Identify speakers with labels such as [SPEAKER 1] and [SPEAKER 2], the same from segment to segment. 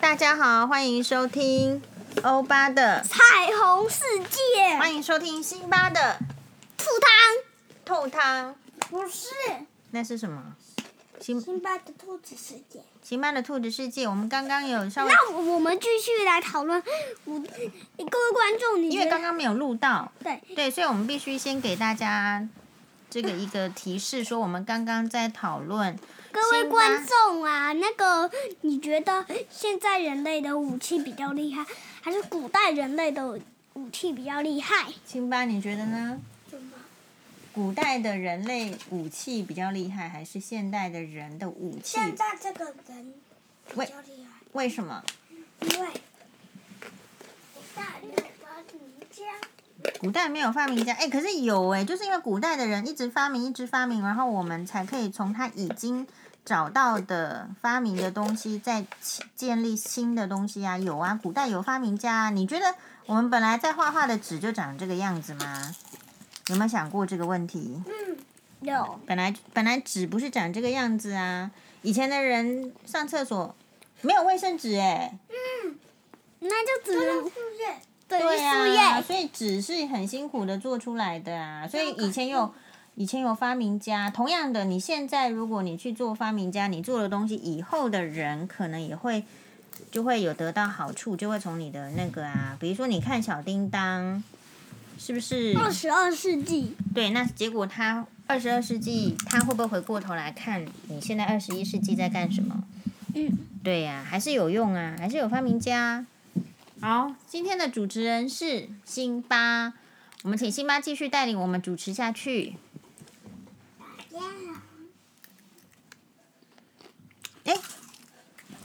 [SPEAKER 1] 大家好，欢迎收听欧巴的，
[SPEAKER 2] 彩虹世界
[SPEAKER 1] 欢迎收听辛巴的
[SPEAKER 2] 兔汤
[SPEAKER 1] 透汤。
[SPEAKER 2] 不是
[SPEAKER 1] 那是什么？辛
[SPEAKER 2] 辛巴的兔子世界。
[SPEAKER 1] 辛巴的兔子世界。我们刚刚有稍微，
[SPEAKER 2] 那我们继续来讨论，我各位观众，你
[SPEAKER 1] 因
[SPEAKER 2] 觉
[SPEAKER 1] 为
[SPEAKER 2] 得
[SPEAKER 1] 刚刚没有录到，
[SPEAKER 2] 对
[SPEAKER 1] 对，所以我们必须先给大家这个一个提示，说我们刚刚在讨论
[SPEAKER 2] 各位
[SPEAKER 1] 辛巴
[SPEAKER 2] 观众啊，那个你觉得现在人类的武器比较厉害，还是古代人类的武器比较厉害？
[SPEAKER 1] 辛巴，你觉得呢？古代的人类武器比较厉害，还是现代的人的武器？
[SPEAKER 2] 在这个人
[SPEAKER 1] 为
[SPEAKER 2] 厉害，
[SPEAKER 1] 为什么？
[SPEAKER 2] 因为古代人发明家，
[SPEAKER 1] 古代没有发明家，哎，可是有哎，就是因为古代的人一直发明，一直发明，然后我们才可以从他已经找到的发明的东西再起建立新的东西啊。有啊，古代有发明家、啊。你觉得我们本来在画画的纸就长这个样子吗？有没有想过这个问题？
[SPEAKER 2] 嗯有
[SPEAKER 1] 本来本来纸不是长这个样子啊。以前的人上厕所没有卫生纸哎，
[SPEAKER 2] 那就只能树叶，对
[SPEAKER 1] 对
[SPEAKER 2] 树
[SPEAKER 1] 啊，
[SPEAKER 2] 叶。
[SPEAKER 1] 所以纸是很辛苦的做出来的啊。所以以前有以前有发明家，同样的，你现在如果你去做发明家，你做的东西，以后的人可能也会就会有得到好处，就会从你的那个啊，比如说你看小叮当，是不是？
[SPEAKER 2] 二十二世纪，
[SPEAKER 1] 对，那结果他二十二世纪，他会不会回过头来看你现在二十一世纪在干什么？
[SPEAKER 2] 嗯，
[SPEAKER 1] 对呀、还是有用啊，还是有发明家啊。好，今天的主持人是辛巴，我们请辛巴继续带领我们主持下去。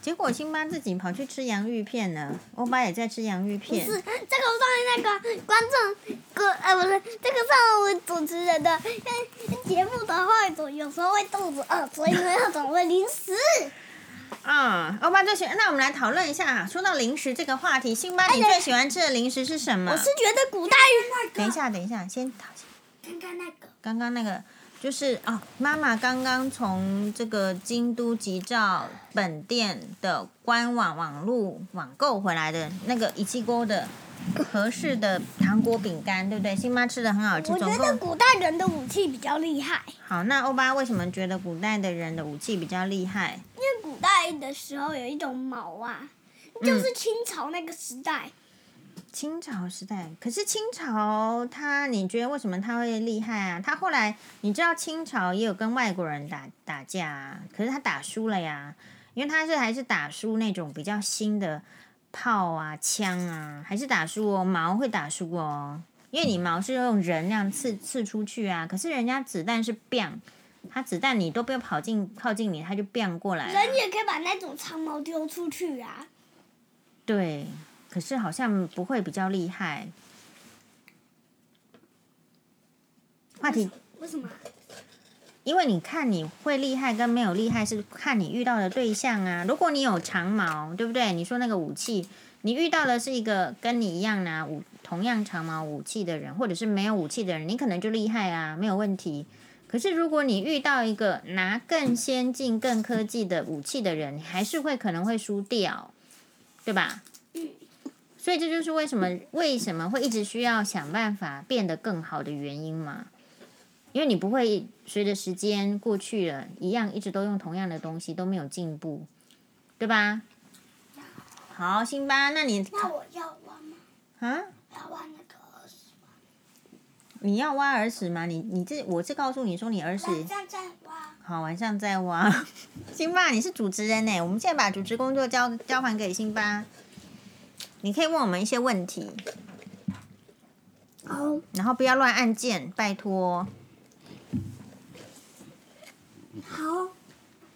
[SPEAKER 1] 结果辛巴自己跑去吃洋芋片了，欧巴也在吃洋芋
[SPEAKER 2] 不
[SPEAKER 1] 片
[SPEAKER 2] 是。这个上那个观众，个呃不是这个上我主持人的，因为节目的话，总有时候会肚子饿，所以呢要准备零食。
[SPEAKER 1] 嗯，欧巴最喜欢。那我们来讨论一下，说到零食这个话题，辛巴你
[SPEAKER 2] 哎
[SPEAKER 1] 最喜欢吃的零食是什么？
[SPEAKER 2] 我是觉得古代
[SPEAKER 1] 等一下，等一下，先讨
[SPEAKER 2] 看看那个，
[SPEAKER 1] 刚刚那个就是哦，妈妈刚刚从这个京都吉兆本店的官网网络网购回来的那个一气锅的合适的糖果饼干，对不对？新妈吃的很好吃，
[SPEAKER 2] 我
[SPEAKER 1] 总
[SPEAKER 2] 觉得
[SPEAKER 1] 共
[SPEAKER 2] 古代人的武器比较厉害，
[SPEAKER 1] 好。那欧巴为什么觉得古代的人的武器比较厉害？
[SPEAKER 2] 因为古代的时候有一种矛啊，就是清朝那个时代，
[SPEAKER 1] 清朝时代，可是清朝他，你觉得为什么他会厉害啊？他后来你知道清朝也有跟外国人打打架、啊，可是他打输了呀，因为他是还是打输那种比较新的炮啊、枪啊，还是打输哦，矛会打输哦，因为你矛是用人那样刺刺出去啊，可是人家子弹是 biang，他子弹你都不要跑近靠近你，他就 biang 过来了。
[SPEAKER 2] 人也可以把那种长矛丢出去啊。
[SPEAKER 1] 对，可是好像不会比较厉害。话题，
[SPEAKER 2] 为什么？
[SPEAKER 1] 因为你看你会厉害跟没有厉害是看你遇到的对象啊。如果你有长矛，对不对？你说那个武器，你遇到的是一个跟你一样拿武同样长矛武器的人，或者是没有武器的人，你可能就厉害啊，没有问题。可是如果你遇到一个拿更先进、更科技的武器的人，你还是会可能会输掉，对吧？所以这就是为什么为什么会一直需要想办法变得更好的原因嘛。因为你不会随着时间过去了，一样一直都用同样的东西，都没有进步，对吧？好，辛巴，那你
[SPEAKER 2] 我要玩吗？
[SPEAKER 1] 啊，
[SPEAKER 2] 要玩那个
[SPEAKER 1] 你要挖耳屎吗？你你这我是告诉你说你耳屎
[SPEAKER 2] 上再挖。
[SPEAKER 1] 好，晚上再挖。 辛巴，你是主持人呢，我们现在把主持工作交交还给辛巴。你可以问我们一些问题，
[SPEAKER 2] 哦。
[SPEAKER 1] 然后不要乱按键，拜托。
[SPEAKER 2] 好，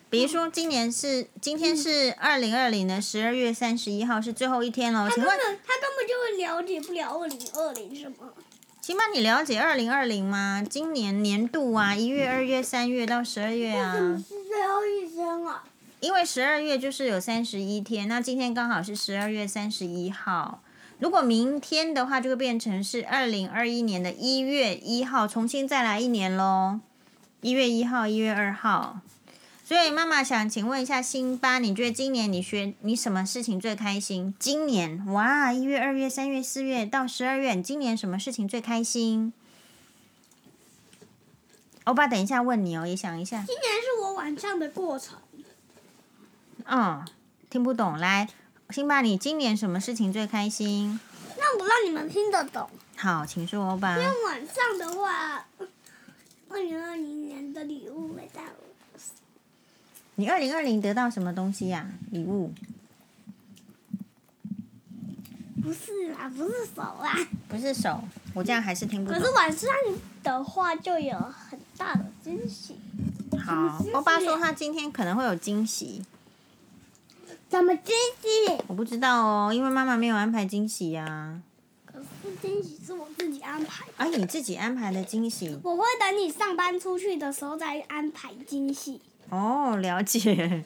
[SPEAKER 1] 比如说，今年是今天是二零二零的十二月三十一号，是最后一天喽。
[SPEAKER 2] 他
[SPEAKER 1] 请
[SPEAKER 2] 根
[SPEAKER 1] 问
[SPEAKER 2] 本他根本就了解不了二零二零什么。
[SPEAKER 1] 请问你了解二零二零吗？今年年度啊，一月、二月、三月到十二月啊，
[SPEAKER 2] 是最后一生啊？
[SPEAKER 1] 因为十二月就是有三十一天，那今天刚好是十二月三十一号。如果明天的话，就会变成是二零二一年的一月一号，重新再来一年喽。一月一号、一月二号，所以妈妈想请问一下辛巴，你觉得今年你学你什么事情最开心？今年哇，一月、二月、三月、四月到十二月，你今年什么事情最开心？欧巴，等一下问你哦，也想一下。
[SPEAKER 2] 今年是我晚上的过程，
[SPEAKER 1] 哦，听不懂，来，辛巴，你今年什么事情最开心？
[SPEAKER 2] 那我让你们听得懂。
[SPEAKER 1] 好，请说，欧巴
[SPEAKER 2] 因。为晚上的话，二零二零年的礼物没带我，
[SPEAKER 1] 你二零二零得到什么东西呀、礼物？
[SPEAKER 2] 不是啦，不是手啦。
[SPEAKER 1] 不是手，我这样还是听不
[SPEAKER 2] 可
[SPEAKER 1] 懂
[SPEAKER 2] 是。晚上的话就有很大的惊喜。
[SPEAKER 1] 好，欧巴说他今天可能会有惊喜，
[SPEAKER 2] 怎么惊喜？
[SPEAKER 1] 我不知道哦，因为妈妈没有安排惊喜呀、啊。
[SPEAKER 2] 可是惊喜是我自己安排的，
[SPEAKER 1] 而你自己安排的惊喜
[SPEAKER 2] 我会等你上班出去的时候再安排惊喜。
[SPEAKER 1] 哦，了解。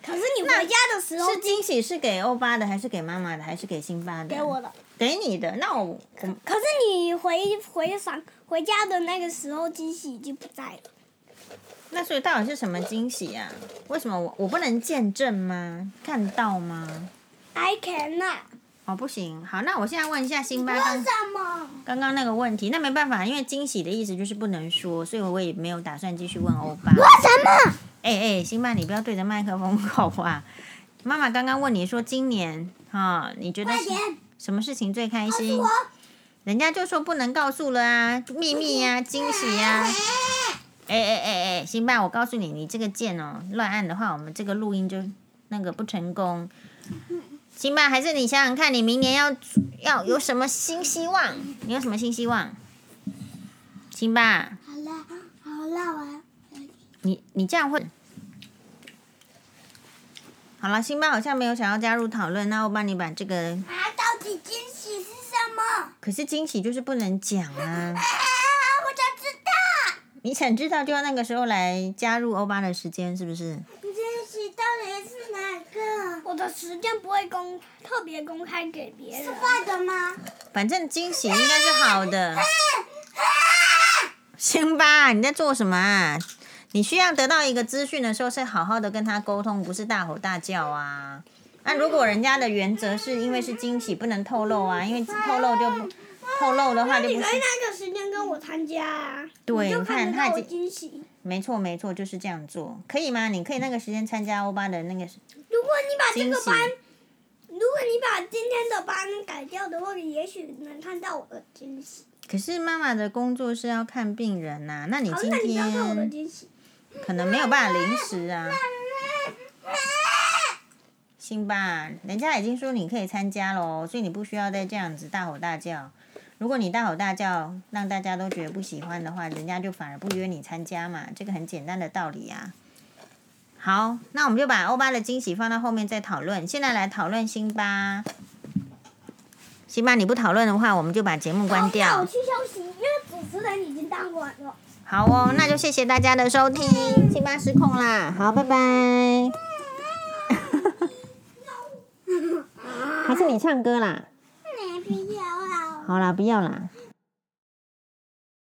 [SPEAKER 2] 可是你回家的时候
[SPEAKER 1] 是惊喜是给欧巴的，还是给妈妈的，还是给辛巴的？
[SPEAKER 2] 给我，的，
[SPEAKER 1] 给你的。那我我
[SPEAKER 2] 可是你回回房回家的那个时候，惊喜已经不在了。
[SPEAKER 1] 那所以到底是什么惊喜啊？为什么我我不能见证吗？看到吗？
[SPEAKER 2] I cannot。
[SPEAKER 1] 哦，不行。好，那我现在问一下辛巴刚
[SPEAKER 2] 为什么？
[SPEAKER 1] 刚刚那个问题，那没办法，因为惊喜的意思就是不能说，所以我也没有打算继续问欧巴。
[SPEAKER 2] 为什么？
[SPEAKER 1] 哎哎，辛巴，你不要对着麦克风吼啊！妈妈刚刚问你说今年啊、你觉得
[SPEAKER 2] 快
[SPEAKER 1] 是
[SPEAKER 2] 点
[SPEAKER 1] 什么事情最开
[SPEAKER 2] 告
[SPEAKER 1] 心
[SPEAKER 2] 诉？我！
[SPEAKER 1] 人家就说不能告诉了啊，秘密呀、惊喜呀、哎哎哎哎，辛巴，我告诉你，你这个键哦，乱按的话，我们这个录音就那个不成功。辛巴，还是你想想看，你明年要要有什么新希望？你有什么新希望？辛巴，
[SPEAKER 2] 好了，好了，
[SPEAKER 1] 你你这样会。好了，辛巴好像没有想要加入讨论，那我帮你把这个。
[SPEAKER 2] 我啊，到底惊喜是什么？
[SPEAKER 1] 可是惊喜就是不能讲啊。
[SPEAKER 2] 啊，我想知道
[SPEAKER 1] 你想知道就要那个时候来加入欧巴的时间，是不是？
[SPEAKER 2] 惊喜到底是哪个？我的时间不会公特别公开给别人，是坏的吗？
[SPEAKER 1] 反正惊喜应该是好 的。辛巴，你在做什么啊？你需要得到一个资讯的时候，是好好的跟他沟通，不是大吼大叫啊。那、如果人家的原则是因为是惊喜，不能透露啊，因为透露就不透露的话就不
[SPEAKER 2] 你
[SPEAKER 1] 是
[SPEAKER 2] 可以那个时间跟我参加啊，
[SPEAKER 1] 对
[SPEAKER 2] 你就看
[SPEAKER 1] 你看
[SPEAKER 2] 得
[SPEAKER 1] 他已
[SPEAKER 2] 到我
[SPEAKER 1] 经
[SPEAKER 2] 惊喜。
[SPEAKER 1] 没错没错，就是这样做，可以吗？你可以那个时间参加欧巴的那个
[SPEAKER 2] 如果你把这
[SPEAKER 1] 惊
[SPEAKER 2] 个
[SPEAKER 1] 喜
[SPEAKER 2] 班，如果你把今天的班改掉的话，也许能看到我的惊喜。
[SPEAKER 1] 可是妈妈的工作是要看病人呐、那你
[SPEAKER 2] 好，
[SPEAKER 1] 今
[SPEAKER 2] 那你不要看我的
[SPEAKER 1] 天
[SPEAKER 2] 惊喜。
[SPEAKER 1] 可能没有办法临时啊。辛巴，人家已经说你可以参加喽，所以你不需要再这样子大吼大叫。如果你大吼大叫，让大家都觉得不喜欢的话，人家就反而不约你参加嘛，这个很简单的道理啊。好，那我们就把欧巴的惊喜放到后面再讨论，现在来讨论辛巴。辛巴，你不讨论的话，我们就把节目关掉。
[SPEAKER 2] 好那我去休息，因为主持人已经当完了。
[SPEAKER 1] 好哦，那就谢谢大家的收听，辛巴失控啦，好，拜拜。还是你唱歌啦？
[SPEAKER 2] 你不要啊！啊
[SPEAKER 1] 好啦，不要啦。